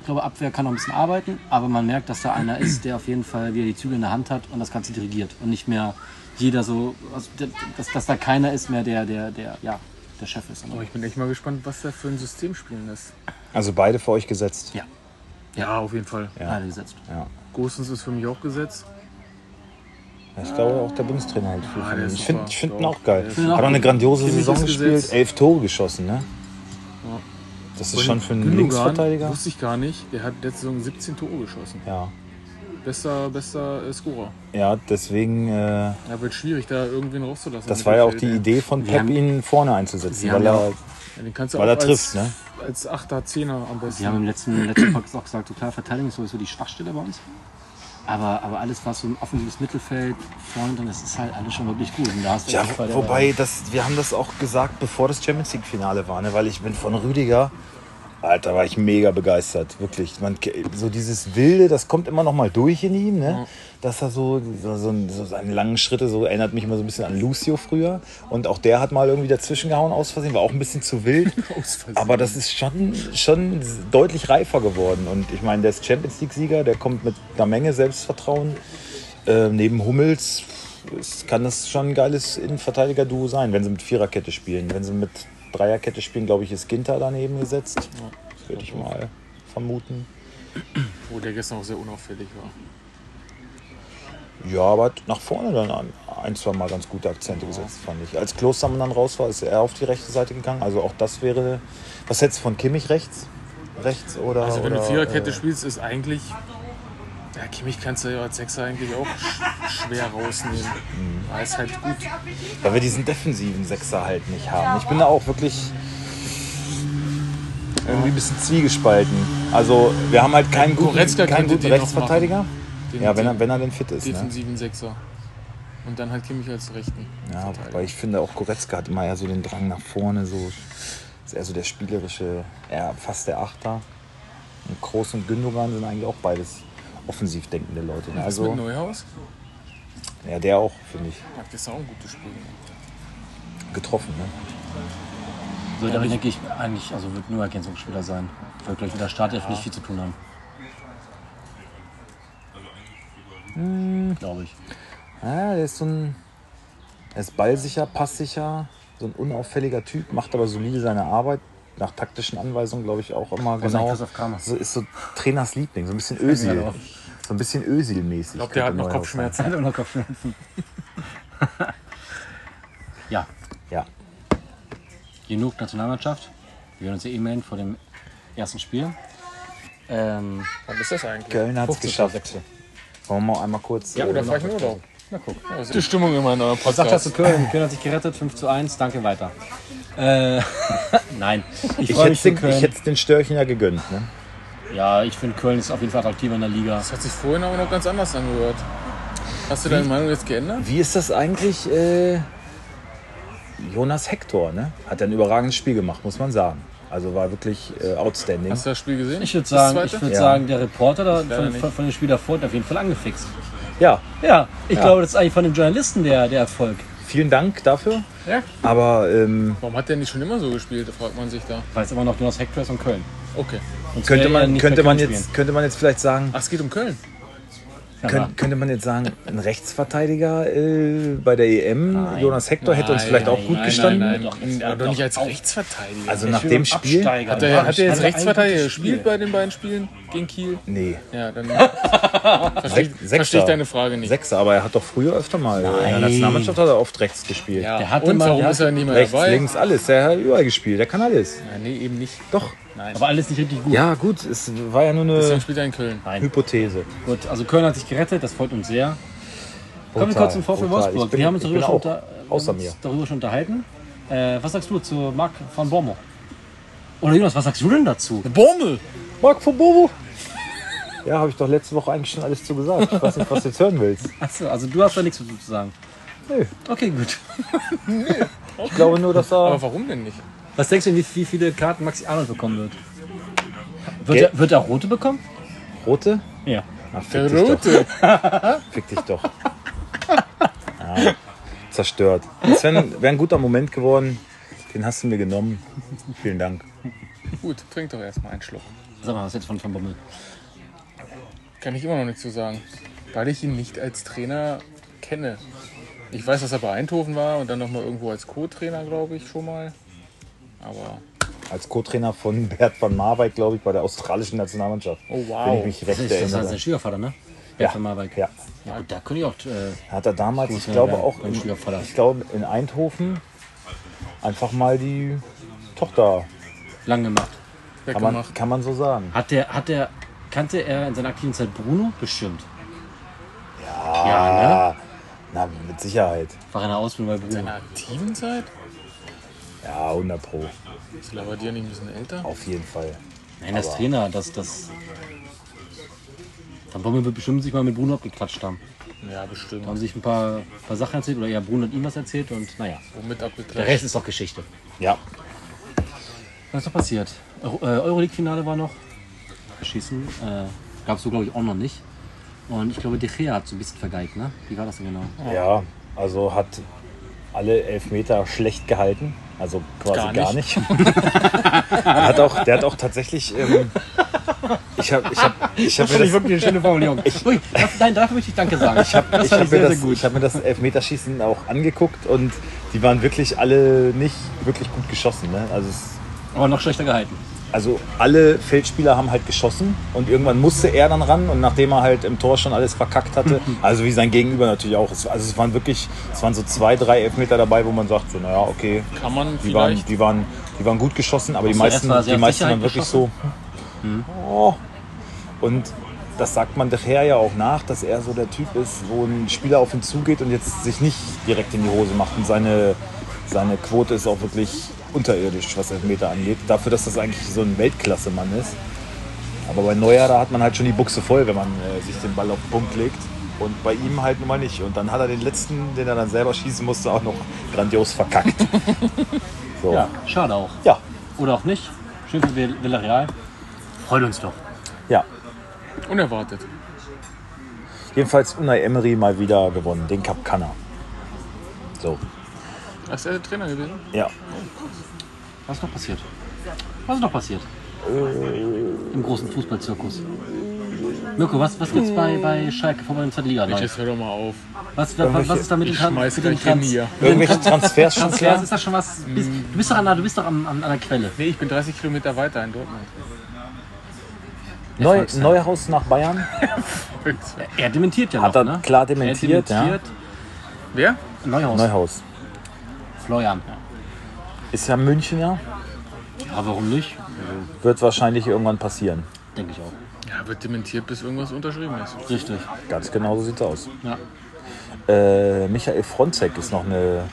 S2: ich glaube, Abwehr kann noch ein bisschen arbeiten, aber man merkt, dass da einer ist, der auf jeden Fall wieder die Zügel in der Hand hat und das Ganze dirigiert. Und nicht mehr jeder so, also, dass, dass da keiner ist mehr, der, der, der, ja, der Chef ist.
S1: Oh,
S3: Aber ich bin echt mal gespannt, was da für ein System spielen lässt.
S1: Also beide für euch gesetzt.
S2: Ja.
S3: Ja, auf jeden Fall.
S1: Ja.
S2: Leider gesetzt.
S1: Ja.
S3: Gosens ist für mich auch gesetzt.
S1: Ich glaube auch der Bundestrainer halt viel
S3: Ah,
S1: von
S3: der
S1: ihm.
S3: ist
S1: Ich finde
S3: super.
S1: ich find ihn
S3: Doch.
S1: auch geil.
S3: Der ist
S1: Hat auch eine grandiose
S3: Ziemliches
S1: Saison gespielt,
S3: Gesetz.
S1: elf Tore geschossen, ne?
S3: Ja.
S1: Das ist schon für einen
S3: Gündogan,
S1: Linksverteidiger.
S3: Wusste ich gar nicht. Der hat letzte Saison 17 Tore geschossen.
S1: Ja.
S3: Bester, bester äh, Scorer.
S1: Ja, deswegen, äh,
S3: Ja, wird schwierig, da irgendwen rauszulassen.
S1: das
S3: im
S1: war ja auch die
S3: Mittelfeld,
S1: Idee von Pep,
S2: haben-
S1: ihn vorne einzusetzen,
S2: Wir
S1: weil
S2: haben
S1: er
S3: ey. Ja, den kannst du
S1: weil
S3: auch
S1: er trifft,
S3: als,
S1: ne?
S3: Als Achter, Zehner am besten.
S2: Sie haben im letzten, im letzten Podcast auch gesagt, so klar, Verteidigung ist sowieso die Schwachstelle bei uns. Aber, aber alles, was so ein offensives Mittelfeld, vorne, drin ist, ist halt alles schon wirklich gut. Und da hast du
S1: Ja,
S2: echt bei der-
S1: wobei, das, wir haben das auch gesagt, bevor das Champions League-Finale war, ne? weil ich bin von Rüdiger. Alter, war ich mega begeistert, wirklich. Man, ke- so dieses Wilde, das kommt immer noch mal durch in ihm, ne? Dass er so, so, so, so seine langen Schritte, so erinnert mich immer so ein bisschen an Lucio früher. Und auch der hat mal irgendwie dazwischen gehauen aus Versehen, war auch ein bisschen zu wild.
S3: Aus Versehen.
S1: Aber das ist schon, schon deutlich reifer geworden. Und ich meine, der ist Champions League-Sieger, der kommt mit einer Menge Selbstvertrauen. Ähm, neben Hummels ist- kann das schon ein geiles Innenverteidiger-Duo sein, wenn sie mit Viererkette spielen. Wenn sie mit Dreierkette spielen, glaube ich, ist Ginter daneben gesetzt. Würde ich mal vermuten.
S3: Wo der gestern auch sehr unauffällig war.
S1: Ja, aber hat nach vorne dann ein, ein zwei Mal ganz gute Akzente gesetzt, fand ich. Als Klostermann dann raus war, ist er auf die rechte Seite gegangen. Also auch das wäre. Was hättest du von Kimmich rechts? Rechts oder.
S3: Also wenn
S1: oder,
S3: du Viererkette
S1: äh,
S3: spielst, ist eigentlich... Ja, Kimmich kannst du ja als Sechser eigentlich auch sch schwer rausnehmen.
S1: Mhm.
S3: Aber ist halt gut.
S1: Weil wir diesen defensiven Sechser halt nicht haben. Ich bin da auch wirklich irgendwie ein bisschen zwiegespalten. Also wir haben halt keinen guten,
S3: Goretzka
S1: keinen
S3: könnte
S1: guten
S3: den noch
S1: Rechtsverteidiger.
S3: Den,
S1: Ja, wenn er,
S3: den
S1: wenn er denn fit ist. Ne?
S3: defensiven Sechser. Und dann halt Kimmich als Rechten.
S1: Ja,
S3: Verteidiger.
S1: wobei ich finde auch Goretzka hat immer eher so den Drang nach vorne. So. Ist eher so der spielerische, eher fast der Achter. Und Kroos und Gündogan sind eigentlich auch beides offensiv denkende Leute. Ne?
S3: Was mit
S1: Also,
S3: Neuhaus?
S1: ja, der auch, finde ich,
S3: Hat gestern auch ein gutes Spiel gemacht.
S1: getroffen. Ne?
S2: Wird aber, denke ich, eigentlich, also wird nur Ergänzungsspieler sein. Wird gleich wieder Startelf nicht viel zu tun haben. Glaube ich.
S1: Ja, der ist so ein. Er ist ballsicher, passsicher, so ein unauffälliger Typ, macht aber solide seine Arbeit. Nach taktischen Anweisungen, glaube ich, auch immer
S2: Außer
S1: genau.
S2: Christoph Kramer.
S1: So, ist so Trainers Liebling, so ein bisschen Ösil.
S2: Ja.
S1: So ein bisschen Ösil-mäßig.
S3: Ich glaube, der hat noch
S2: Er
S3: Kopfschmerzen.
S2: hat auch noch Kopfschmerzen. ja,
S1: Ja.
S2: genug Nationalmannschaft. Wir hören uns ja eh melden vor dem ersten Spiel. Ähm,
S1: ne?
S3: Wann ist das eigentlich?
S1: Köln hat es geschafft. Wollen wir mal einmal kurz.
S3: Ja,
S2: Oh,
S1: äh,
S3: oder vielleicht nur doch. Na guck. Ja, die Stimmung immer in eurem
S2: Sag das
S3: Podcast.
S2: zu Köln. Köln hat sich gerettet, 5 zu 1, danke weiter. Äh, nein, ich,
S1: ich
S2: freue mich
S1: hätte
S2: für
S1: den, ich
S2: Köln.
S1: hätt's den Störchen ja gegönnt. Ne?
S2: Ja, ich finde Köln ist auf jeden Fall attraktiver in der Liga.
S3: Das hat sich vorhin aber noch ganz anders angehört. Hast du deine Meinung jetzt geändert?
S1: Wie ist das eigentlich? Äh, Jonas Hector ne? hat ja ein überragendes Spiel gemacht, muss man sagen. Also war wirklich äh, outstanding.
S3: Hast du das Spiel gesehen?
S2: Ich würde
S3: Das
S2: sagen, ich
S3: zweite?
S2: würd
S1: Ja.
S2: sagen, der Reporter da von,
S3: nicht.
S2: von, von dem Spiel davor hat auf jeden Fall angefixt.
S1: Ja,
S2: Ja, ich
S1: Ja.
S2: glaube, das ist eigentlich von dem Journalisten der, der Erfolg.
S1: vielen Dank dafür.
S3: Ja.
S1: Aber ähm,
S3: Warum hat der nicht schon immer so gespielt, fragt man sich da.
S2: Weil es immer noch Jonas Hector ist und Köln.
S3: Okay.
S2: Sonst
S1: könnte,
S2: wäre er
S1: man,
S2: nicht
S1: könnte,
S2: bei
S1: man
S2: Köln
S1: jetzt, könnte man jetzt vielleicht sagen,
S3: Ach, es geht um Köln.
S2: spielen. Ja,
S1: Könnt, könnte man jetzt sagen, ein Rechtsverteidiger äh, bei der EM,
S2: Nein.
S1: Jonas Hector, hätte uns vielleicht auch
S2: nein,
S1: gut
S2: nein,
S1: gestanden?
S3: Nein,
S2: Doch,
S3: nein,
S2: jetzt-
S3: Hm, aber doch
S2: doch,
S3: nicht als
S2: auf.
S3: Rechtsverteidiger.
S1: Also
S2: Ich
S1: nach
S2: will
S1: dem
S2: uns
S1: Spiel?
S2: absteigern.
S3: hat er, hat er
S2: Hat
S3: jetzt
S2: er ein
S3: Rechtsverteidiger
S2: gutes Spiel?
S3: gespielt bei den beiden Spielen gegen Kiel?
S1: Nee.
S3: Ja, dann verstehe ich,
S1: Sechster.
S3: verstehe ich deine Frage nicht.
S1: Sechser, aber er hat doch früher öfter mal. In der
S2: Nein.
S1: Nationalmannschaft hat er oft rechts gespielt.
S3: Ja,
S2: Der hatte
S3: und
S2: mal-
S3: warum
S2: der
S3: ist er nicht mehr
S1: Rechts,
S3: dabei?
S1: links, alles. Er hat überall gespielt. Der kann alles.
S3: Ja, nee, eben nicht.
S1: Doch.
S3: Nein.
S2: Aber alles nicht richtig gut.
S1: Ja, gut, es war ja nur
S3: Deswegen
S1: eine
S3: spielt er in Köln.
S2: Nein.
S1: Hypothese.
S2: Gut, also Köln hat sich gerettet, das freut uns sehr. Kommen wir
S1: Brutal,
S2: kurz zum VfL
S1: brutal.
S2: Wolfsburg.
S1: Ich bin-
S2: wir haben uns
S1: ich
S2: darüber
S1: bin
S2: schon,
S1: auch
S2: unter, wir
S1: außer
S2: haben uns
S1: mir.
S2: darüber schon unterhalten. Äh, was sagst du zu Marc van Bormo? Oder Jonas, was sagst du denn dazu?
S3: Bommel!
S1: Marc von Bobo. Ja, habe ich doch letzte Woche eigentlich schon alles zu gesagt. Ich weiß nicht, was du jetzt hören willst.
S2: Achso, also du hast da nichts dazu zu sagen.
S1: Nö.
S2: Okay, gut.
S1: Ich glaube nur, dass er.
S3: Aber warum denn nicht?
S2: Was denkst du denn, wie, wie viele Karten Maxi Arnold bekommen wird? Wird,
S1: Gel-
S2: er, wird er rote bekommen?
S1: Rote?
S2: Ja.
S1: Ach, fick
S3: Der
S1: dich doch.
S3: Rote!
S1: Fick dich doch. ja, zerstört. Das wäre wär ein guter Moment geworden. Den hast du mir genommen. Vielen Dank.
S3: Gut, trink doch erstmal einen Schluck.
S2: Sag mal, was jetzt von Van Bommel?
S3: Kann ich immer noch nichts zu sagen. Weil ich ihn nicht als Trainer kenne. Ich weiß, dass er bei Eindhoven war und dann nochmal irgendwo als Co-Trainer, glaube ich, schon mal. Aber,
S1: Als Co-Trainer von Bert van Marwijk, glaube ich, bei der australischen Nationalmannschaft.
S3: oh
S1: Wenn ich
S3: wow.
S1: mich recht
S2: Das ist
S1: erinnere.
S2: sein Schwiegervater, ne?
S1: Ja.
S2: Van Marwijk.
S1: Ja.
S2: Ja, gut, da könnte ich auch. Äh,
S1: Hat er damals, ich
S2: Gut, ja,
S1: glaube,
S2: ja,
S1: auch
S2: mein
S1: in,
S2: Schwiegervater.
S1: ich glaube, in Eindhoven einfach mal die Tochter.
S2: lang gemacht.
S1: Kann
S3: Weggemacht.
S1: man, kann man so sagen.
S2: Hat der, hat der, kannte er in seiner aktiven Zeit Bruno? Bestimmt. Ja. Ja, ne?
S1: Ah, na, mit Sicherheit.
S2: War in der Ausbildung bei
S3: In
S2: Bruno.
S3: der aktiven Zeit?
S1: Ja, 100 Pro.
S3: Ist Labadia nicht ein bisschen älter?
S1: Auf jeden Fall.
S2: Nein, das
S1: aber-
S2: Trainer, das, das. Dann Bommel wird bestimmt sich mal mit Bruno abgeklatscht haben.
S3: Ja, bestimmt.
S2: Da haben sich ein paar, paar Sachen erzählt oder ja, Bruno hat ihm was erzählt und naja.
S3: Womit
S2: Der
S3: abgeklatscht?
S2: Rest ist doch Geschichte.
S1: Ja.
S2: Was ist noch passiert? Euro- äh, Euroleague-Finale war noch. Schießen. Äh, Gab es so, glaube ich, auch noch nicht. Und ich glaube, De Gea hat so ein bisschen vergeigt, ne? Wie war das denn genau?
S1: Ja, also hat alle Elfmeter schlecht gehalten. Also quasi gar
S3: Gar
S1: nicht. Er hat auch, der hat auch tatsächlich. Ähm, ich habe ich hab, ich hab mir das,
S2: wirklich eine schöne Formulierung. Ui, das, nein, dafür möchte ich Danke sagen.
S1: ich hab, ich
S2: fand
S1: hab
S2: ich
S1: mir,
S2: sehr,
S1: das,
S2: sehr gut.
S1: ich hab mir das Elfmeterschießen auch angeguckt und die waren wirklich alle nicht wirklich gut geschossen. Ne? Also, es,
S2: Aber noch schlechter gehalten.
S1: also alle Feldspieler haben halt geschossen und irgendwann musste er dann ran und nachdem er halt im Tor schon alles verkackt hatte, also wie sein Gegenüber natürlich auch. Es, also es waren wirklich, es waren so zwei, drei Elfmeter dabei, wo man sagt so, naja, okay,
S3: Kann man
S1: Die waren,
S3: vielleicht.
S1: die, waren, die waren gut geschossen, aber die
S2: zuerst
S1: meisten,
S2: war sie
S1: die
S2: auf
S1: meisten waren
S2: Sicherheit
S1: wirklich so. Oh. Und das sagt man daher ja auch nach, dass er so der Typ ist, wo ein Spieler auf ihn zugeht und jetzt sich nicht direkt in die Hose macht. Und seine, seine Quote ist auch wirklich unterirdisch, was Elfmeter angeht. Dafür, dass das eigentlich so ein Weltklasse-Mann ist. Aber bei Neuer, da hat man halt schon die Buchse voll, wenn man äh, sich den Ball auf den Punkt legt. Und bei ihm halt nun mal nicht. Und dann hat er den letzten, den er dann selber schießen musste, auch noch grandios verkackt. So.
S2: Ja, schade auch.
S1: Ja,
S2: Oder auch nicht. Schön für Vill- Villarreal. Freut uns doch.
S1: ja.
S3: Unerwartet.
S1: Jedenfalls Unai Emery mal wieder gewonnen. Den Cup kann er. So,
S3: Als er der Trainer gewesen?
S1: ja.
S2: Was ist noch passiert? Was ist noch passiert? Im großen Fußballzirkus. Mirko, was, was gibt's bei, bei Schalke vor der zweiten Liga?
S3: Ich
S2: Live?
S3: jetzt hör doch mal auf.
S2: Was, was, was ist da mit dem
S3: Ich
S2: Tran-
S3: schmeiß
S2: mit dem
S3: gleich den
S2: Trans-
S3: hier.
S2: mit dem
S1: Irgendwelche Transfers schon
S2: Transfers?
S1: klar?
S2: Ist das schon was? Du bist, du bist doch, an der, du bist doch am, am, an der Quelle.
S3: Nee, ich bin 30 Kilometer weiter in Dortmund.
S1: Neu,
S2: Volksheim.
S1: Neuhaus nach Bayern.
S2: Er dementiert ja
S1: Hat
S2: noch,
S1: er
S2: ne?
S1: klar dementiert.
S2: er
S1: Ja.
S2: dementiert.
S3: Wer?
S2: Neuhaus.
S1: Neuhaus.
S2: Florian.
S1: Ist ja Münchner.
S2: Ja, warum nicht?
S1: Wird wahrscheinlich irgendwann passieren.
S2: Denke ich auch.
S3: Ja, wird dementiert, bis irgendwas unterschrieben ist.
S2: Richtig.
S1: Ganz genau so sieht's aus.
S2: Ja.
S1: Äh, Michael Fronzek ist noch eine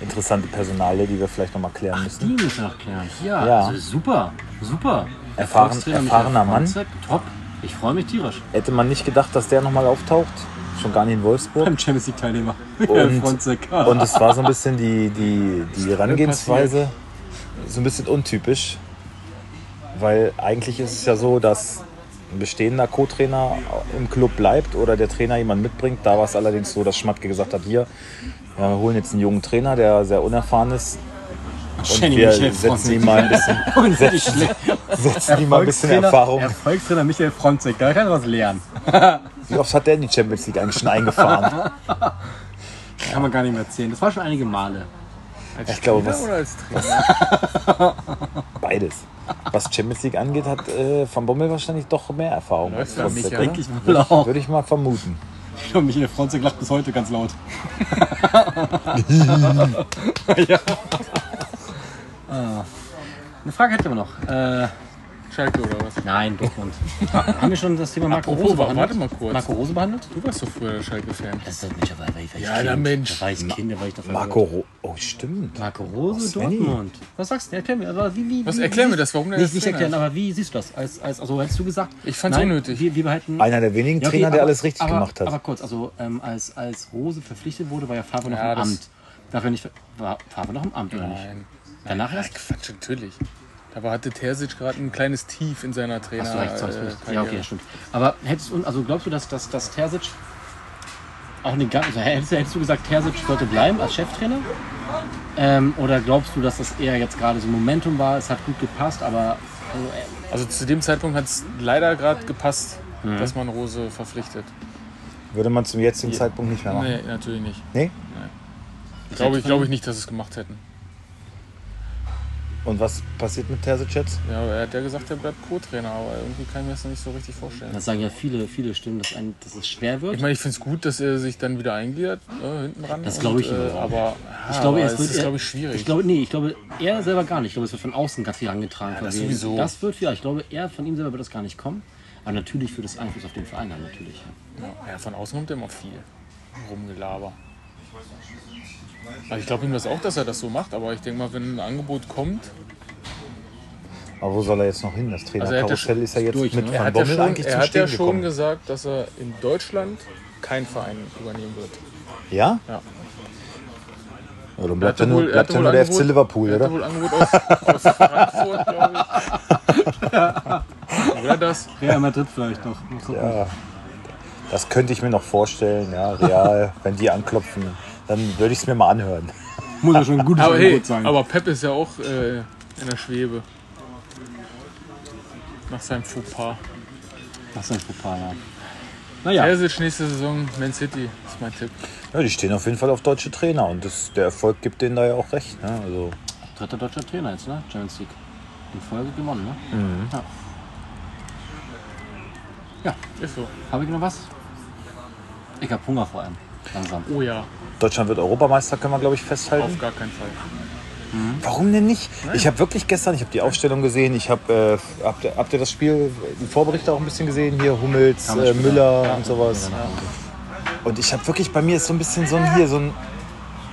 S1: interessante Personalie, die wir vielleicht nochmal klären
S2: Die
S1: müssen.
S2: müssen wir noch klären. Ja,
S1: Ja.
S2: Also super, super.
S1: Erfahren-
S2: Erfolgstrainer mit
S1: erfahrener Mann.
S2: Erfolgszeit, Top. Ich freue mich tierisch.
S1: Hätte man nicht gedacht, dass der nochmal auftaucht. Schon gar nicht in Wolfsburg.
S2: Beim Champions League Teilnehmer.
S1: Und-
S2: Fronzek. Ah,
S1: Und es war so ein bisschen die, die, die Herangehensweise so ein bisschen untypisch, weil eigentlich ist es ja so, dass ein bestehender Co-Trainer im Club bleibt oder der Trainer jemand mitbringt. Da war es allerdings so, dass Schmatke gesagt hat, hier, ja, wir holen jetzt einen jungen Trainer, der sehr unerfahren ist. Und
S2: Jenny
S1: wir
S2: Michael
S1: setzen
S2: Fronzek.
S1: ihm mal ein bisschen, setzen ihm mal ein bisschen
S2: Erfolgstrainer-
S1: Erfahrung.
S2: Erfolgstrainer Michael Fronzek, da kann er was lernen.
S1: Wie oft hat der in die Champions League eigentlich schon eingefahren?
S2: Kann man gar nicht mehr zählen. Das war schon einige Male.
S1: Ich glaube,
S3: Ja,
S1: was
S3: oder als Trainer?
S1: beides. Was Champions League angeht, hat äh, Van Bommel wahrscheinlich doch mehr Erfahrung. als
S3: ja ne?
S1: Fronzek,
S3: nicht,
S1: oder?
S2: Denke ich mal
S3: Oh.
S2: auch.
S1: Würde ich mal vermuten.
S2: Und Michael Fronzek lacht bis heute ganz laut. Ah. Eine Frage hätten wir noch. Äh,
S3: Schalke oder was?
S2: nein, Dortmund. Haben wir schon das Thema Marco
S3: Apropos,
S2: Rose behandelt?
S3: warte mal kurz.
S2: Marco Rose behandelt?
S3: Du warst doch früher der Schalke-Fan.
S2: Das ist mich aber, weil ich
S3: Ja, na Mensch.
S2: Da war ich Kind, da war ich doch
S1: Marco Ro Oh, stimmt.
S2: Marco Rose,
S1: Svenny.
S2: Dortmund. Was sagst du? Erklär mir. Aber wie, wie,
S3: Was,
S2: wie,
S3: erklär
S2: wie,
S3: mir das, warum der
S2: nicht,
S3: das
S2: nicht
S3: Trainer
S2: erklären,
S3: ist?
S2: aber wie siehst du das? Als, als, also hättest du gesagt.
S3: Ich fand's
S2: nein,
S3: unnötig.
S2: Wir, wir behalten.
S1: Einer der wenigen
S2: Ja, okay,
S1: Trainer, der
S2: aber-
S1: alles richtig
S2: aber,
S1: gemacht hat.
S2: Aber kurz, also ähm, als, als Rose verpflichtet wurde, war ja Favre noch
S3: Ja,
S2: im
S3: das-
S2: Amt. Dafür nicht, ver- war Favre noch im Amt, oder nicht?
S3: Nein.
S2: Danach
S3: Ach,
S2: erst?
S3: Quatsch, natürlich. Aber hatte Terzic gerade ein kleines Tief in seiner Trainer.
S2: Hast du recht, sonst
S3: äh,
S2: nicht. Ja,
S3: Karriere.
S2: okay, stimmt. Aber hättest du, also glaubst du, dass, dass, dass Terzic auch eine ganze, also hättest, hättest du gesagt, Terzic sollte bleiben als Cheftrainer? Ähm, oder glaubst du, dass das eher jetzt gerade so ein Momentum war, es hat gut gepasst, aber also, äh,
S3: Also zu dem Zeitpunkt hat es leider gerade gepasst, dass man Rose verpflichtet.
S1: Würde man zum jetzigen Zeitpunkt nicht mehr machen.
S3: Nee, natürlich nicht.
S1: Nee?
S3: Glaube ich, glaube ich nicht, dass sie es gemacht hätten.
S1: Und was passiert mit Terzic jetzt?
S3: Ja, aber er hat ja gesagt, er bleibt Co-Trainer, aber irgendwie kann ich mir das noch nicht so richtig vorstellen.
S2: das sagen ja viele, viele Stimmen, dass, ein, dass es schwer wird.
S3: Ich meine, ich finde es gut, dass er sich dann wieder eingliedert, äh, hinten ran.
S2: Das glaube ich
S3: und,
S2: ihm
S3: äh,
S2: aber auch.
S3: aber
S2: Ich glaube,
S3: aber
S2: es
S3: es
S2: wird
S3: ist,
S2: eher-
S3: glaube ich, schwierig.
S2: Ich glaube, nee, ich glaube, er selber gar nicht. Ich glaube, es wird von außen ganz viel angetragen. von
S3: das
S2: wegen.
S3: sowieso.
S2: Das wird, ja, ich glaube, er von ihm selber wird das gar nicht kommen. Aber natürlich wird es Einfluss auf den Verein haben, natürlich. ja.
S3: Ja, von außen kommt immer viel Rumgelaber. Also ich glaube ihm das auch, dass er das so macht, aber ich denke mal, wenn ein Angebot kommt,
S1: Aber wo soll er jetzt noch hin? Das
S3: Also hat ja
S1: Trainerkarussell
S3: schon-
S1: ist ja jetzt
S2: durch,
S1: mit
S2: ne?
S1: Van
S3: er hat ja
S1: Bommel
S3: schon,
S1: eigentlich
S3: er
S1: zum
S3: hat
S1: Stehen
S3: ja schon
S1: gekommen.
S3: gesagt, dass er in Deutschland keinen Verein übernehmen wird.
S1: Ja?
S3: Ja.
S1: ja dann
S3: Er
S1: bleibt
S3: hatte
S1: ja nur,
S3: er
S1: bleibt
S3: hatte
S1: ja nur der FC
S3: Angebot-
S1: Liverpool,
S3: er hatte
S1: oder?
S3: wohl Angebot aus, aus Frankfurt, glaube ich. Oder das?
S2: Real Madrid vielleicht noch.
S1: Ja. Das könnte ich mir noch vorstellen, ja, real. wenn die anklopfen, dann würde ich es mir mal anhören.
S2: Muss ja schon ein gutes
S3: Aber hey, aber Pep ist ja auch äh, in der Schwebe. Nach seinem Fauxpas.
S2: Das ist ein Fauxpas, ja. Naja,
S3: Terzic nächste Saison, Man City, ist mein Tipp.
S1: Ja, die stehen auf jeden Fall auf deutsche Trainer und das, der Erfolg gibt denen da ja auch recht. Ne? Also,
S2: dritter deutscher Trainer jetzt, ne? Champions League. In Folge gewonnen, ne? Ja.
S3: Ist so.
S2: Habe ich noch was? Ich habe Hunger vor allem. Langsam.
S3: Oh ja,
S1: Deutschland wird Europameister, können wir glaube ich festhalten.
S3: auf gar keinen Fall.
S1: Warum denn nicht? Ich habe wirklich gestern, ich habe die Aufstellung gesehen, ich habe, äh, habt, ihr- habt ihr das Spiel, den Vorbericht auch ein bisschen gesehen? Hier Hummels,
S2: Kam ich
S1: äh,
S2: später.
S1: Müller
S2: Ja, genau.
S1: und sowas. ne?
S2: Müller nach Hause.
S1: Und ich habe wirklich, bei mir ist so ein bisschen so ein hier, so ein,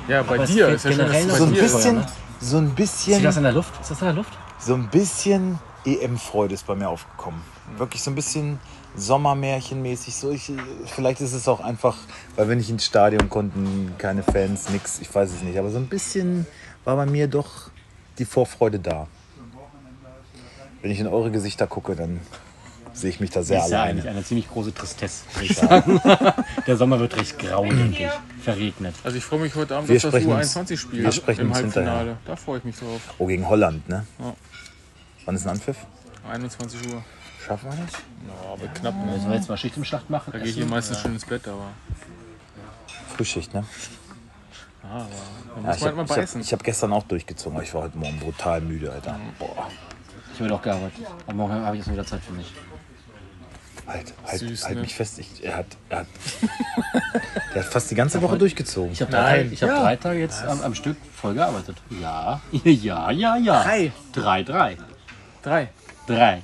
S3: Ja, bei
S2: es
S3: dir
S2: fehlt
S3: ist ja schon
S2: generell
S3: das
S1: so
S3: bei
S1: ein
S2: noch
S3: dir.
S2: Fußball,
S1: bisschen,
S2: ne?
S1: so ein
S2: Ist das
S1: bisschen,
S2: in der Luft? Ist das in der Luft?
S1: so ein bisschen EM-Freude ist bei mir aufgekommen. Wirklich so ein bisschen Sommermärchenmäßig. So ich, vielleicht ist es auch einfach, weil wir nicht ins Stadion konnten, keine Fans, nix, ich weiß es nicht. Aber so ein bisschen war bei mir doch die Vorfreude da. Wenn ich in eure Gesichter gucke, dann sehe ich mich da sehr
S2: Das ist ja
S1: alleine.
S2: eigentlich eine ziemlich große Tristesse, würde ich sagen. Der Sommer wird recht grau, denke ich. Verregnet.
S3: Also ich freue mich heute Abend
S1: Wir
S3: auf das
S1: sprechen uns- wir
S3: U21-Spiel
S1: sprechen
S3: im
S1: uns hinterher.
S3: Halbfinale. Da freue ich mich drauf.
S1: Oh, gegen Holland, ne?
S3: Ja.
S1: Wann ist ein Anpfiff?
S3: 21 Uhr.
S1: Schaffen wir das?
S3: Ja, aber knapp. Ne?
S2: Müssen wir jetzt mal Schicht im Schlacht machen?
S3: Da gehe ich hier meistens schon ins Bett, aber.
S1: Frühschicht, ne?
S3: Ah, aber
S1: Ja,
S3: da muss
S1: ich
S3: man halt mal
S1: habe hab,
S3: beißen.
S1: ich hab gestern auch durchgezogen, aber ich war heute Morgen brutal müde, Alter. Boah,
S2: Ich habe doch gearbeitet. Aber morgen habe ich jetzt wieder Zeit für mich.
S1: halt, halt,
S3: Süß,
S1: halt
S3: ne?
S1: mich fest. Ich, er hat, er hat, der hat fast die ganze Woche durchgezogen.
S2: Ich habe
S3: Nein.
S2: drei, ich hab
S1: Ja.
S2: drei Tage jetzt am, am Stück voll gearbeitet. Ja, ja, ja, ja.
S3: Drei.
S2: Drei, drei.
S3: Drei.
S2: Drei.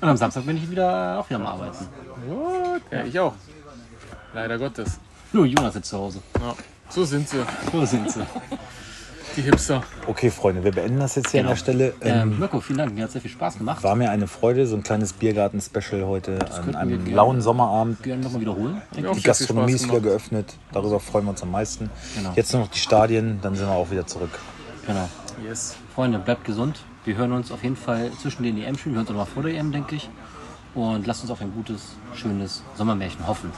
S2: Und am Samstag bin ich wieder auch wieder am Arbeiten.
S3: What? Ja, ich auch. Leider Gottes.
S2: Nur Jonas jetzt zu Hause.
S3: Ja. So sind sie,
S2: So sind sie.
S3: die Hipster.
S1: Okay, Freunde, wir beenden das jetzt hier
S2: Genau.
S1: an der Stelle. Ähm,
S2: Ähm, Mirko, vielen Dank. Mir hat sehr viel Spaß gemacht.
S1: war mir eine Freude, so ein kleines Biergarten-Special heute an
S2: könnten wir
S1: einem
S2: gerne.
S1: lauen Sommerabend.
S2: Gerne nochmal wiederholen.
S3: Mir auch
S1: Die
S3: sehr viel
S1: Gastronomie
S3: Spaß
S1: ist wieder
S3: gemacht.
S1: geöffnet. Darüber freuen wir uns am meisten.
S2: Genau.
S1: Jetzt nur noch die Stadien, dann sind wir auch wieder zurück.
S2: Genau.
S3: Yes.
S2: Freunde, bleibt gesund. Wir hören uns auf jeden Fall zwischen den EM-Spielen. Wir hören uns auch noch vor der EM, denke ich. Und lasst uns auf ein gutes, schönes Sommermärchen hoffen.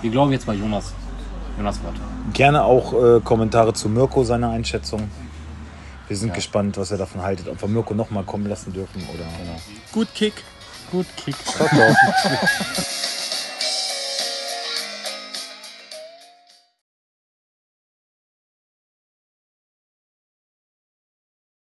S2: Wir glauben jetzt bei Jonas. Jonas Wort.
S1: Gerne auch äh, Kommentare zu Mirko, seiner Einschätzung. Wir sind gespannt, was ihr davon haltet, ob wir Mirko
S2: Genau.
S1: nochmal kommen lassen dürfen oder.
S2: Gut Kick. Gut Kick.
S1: Ciao, ciao.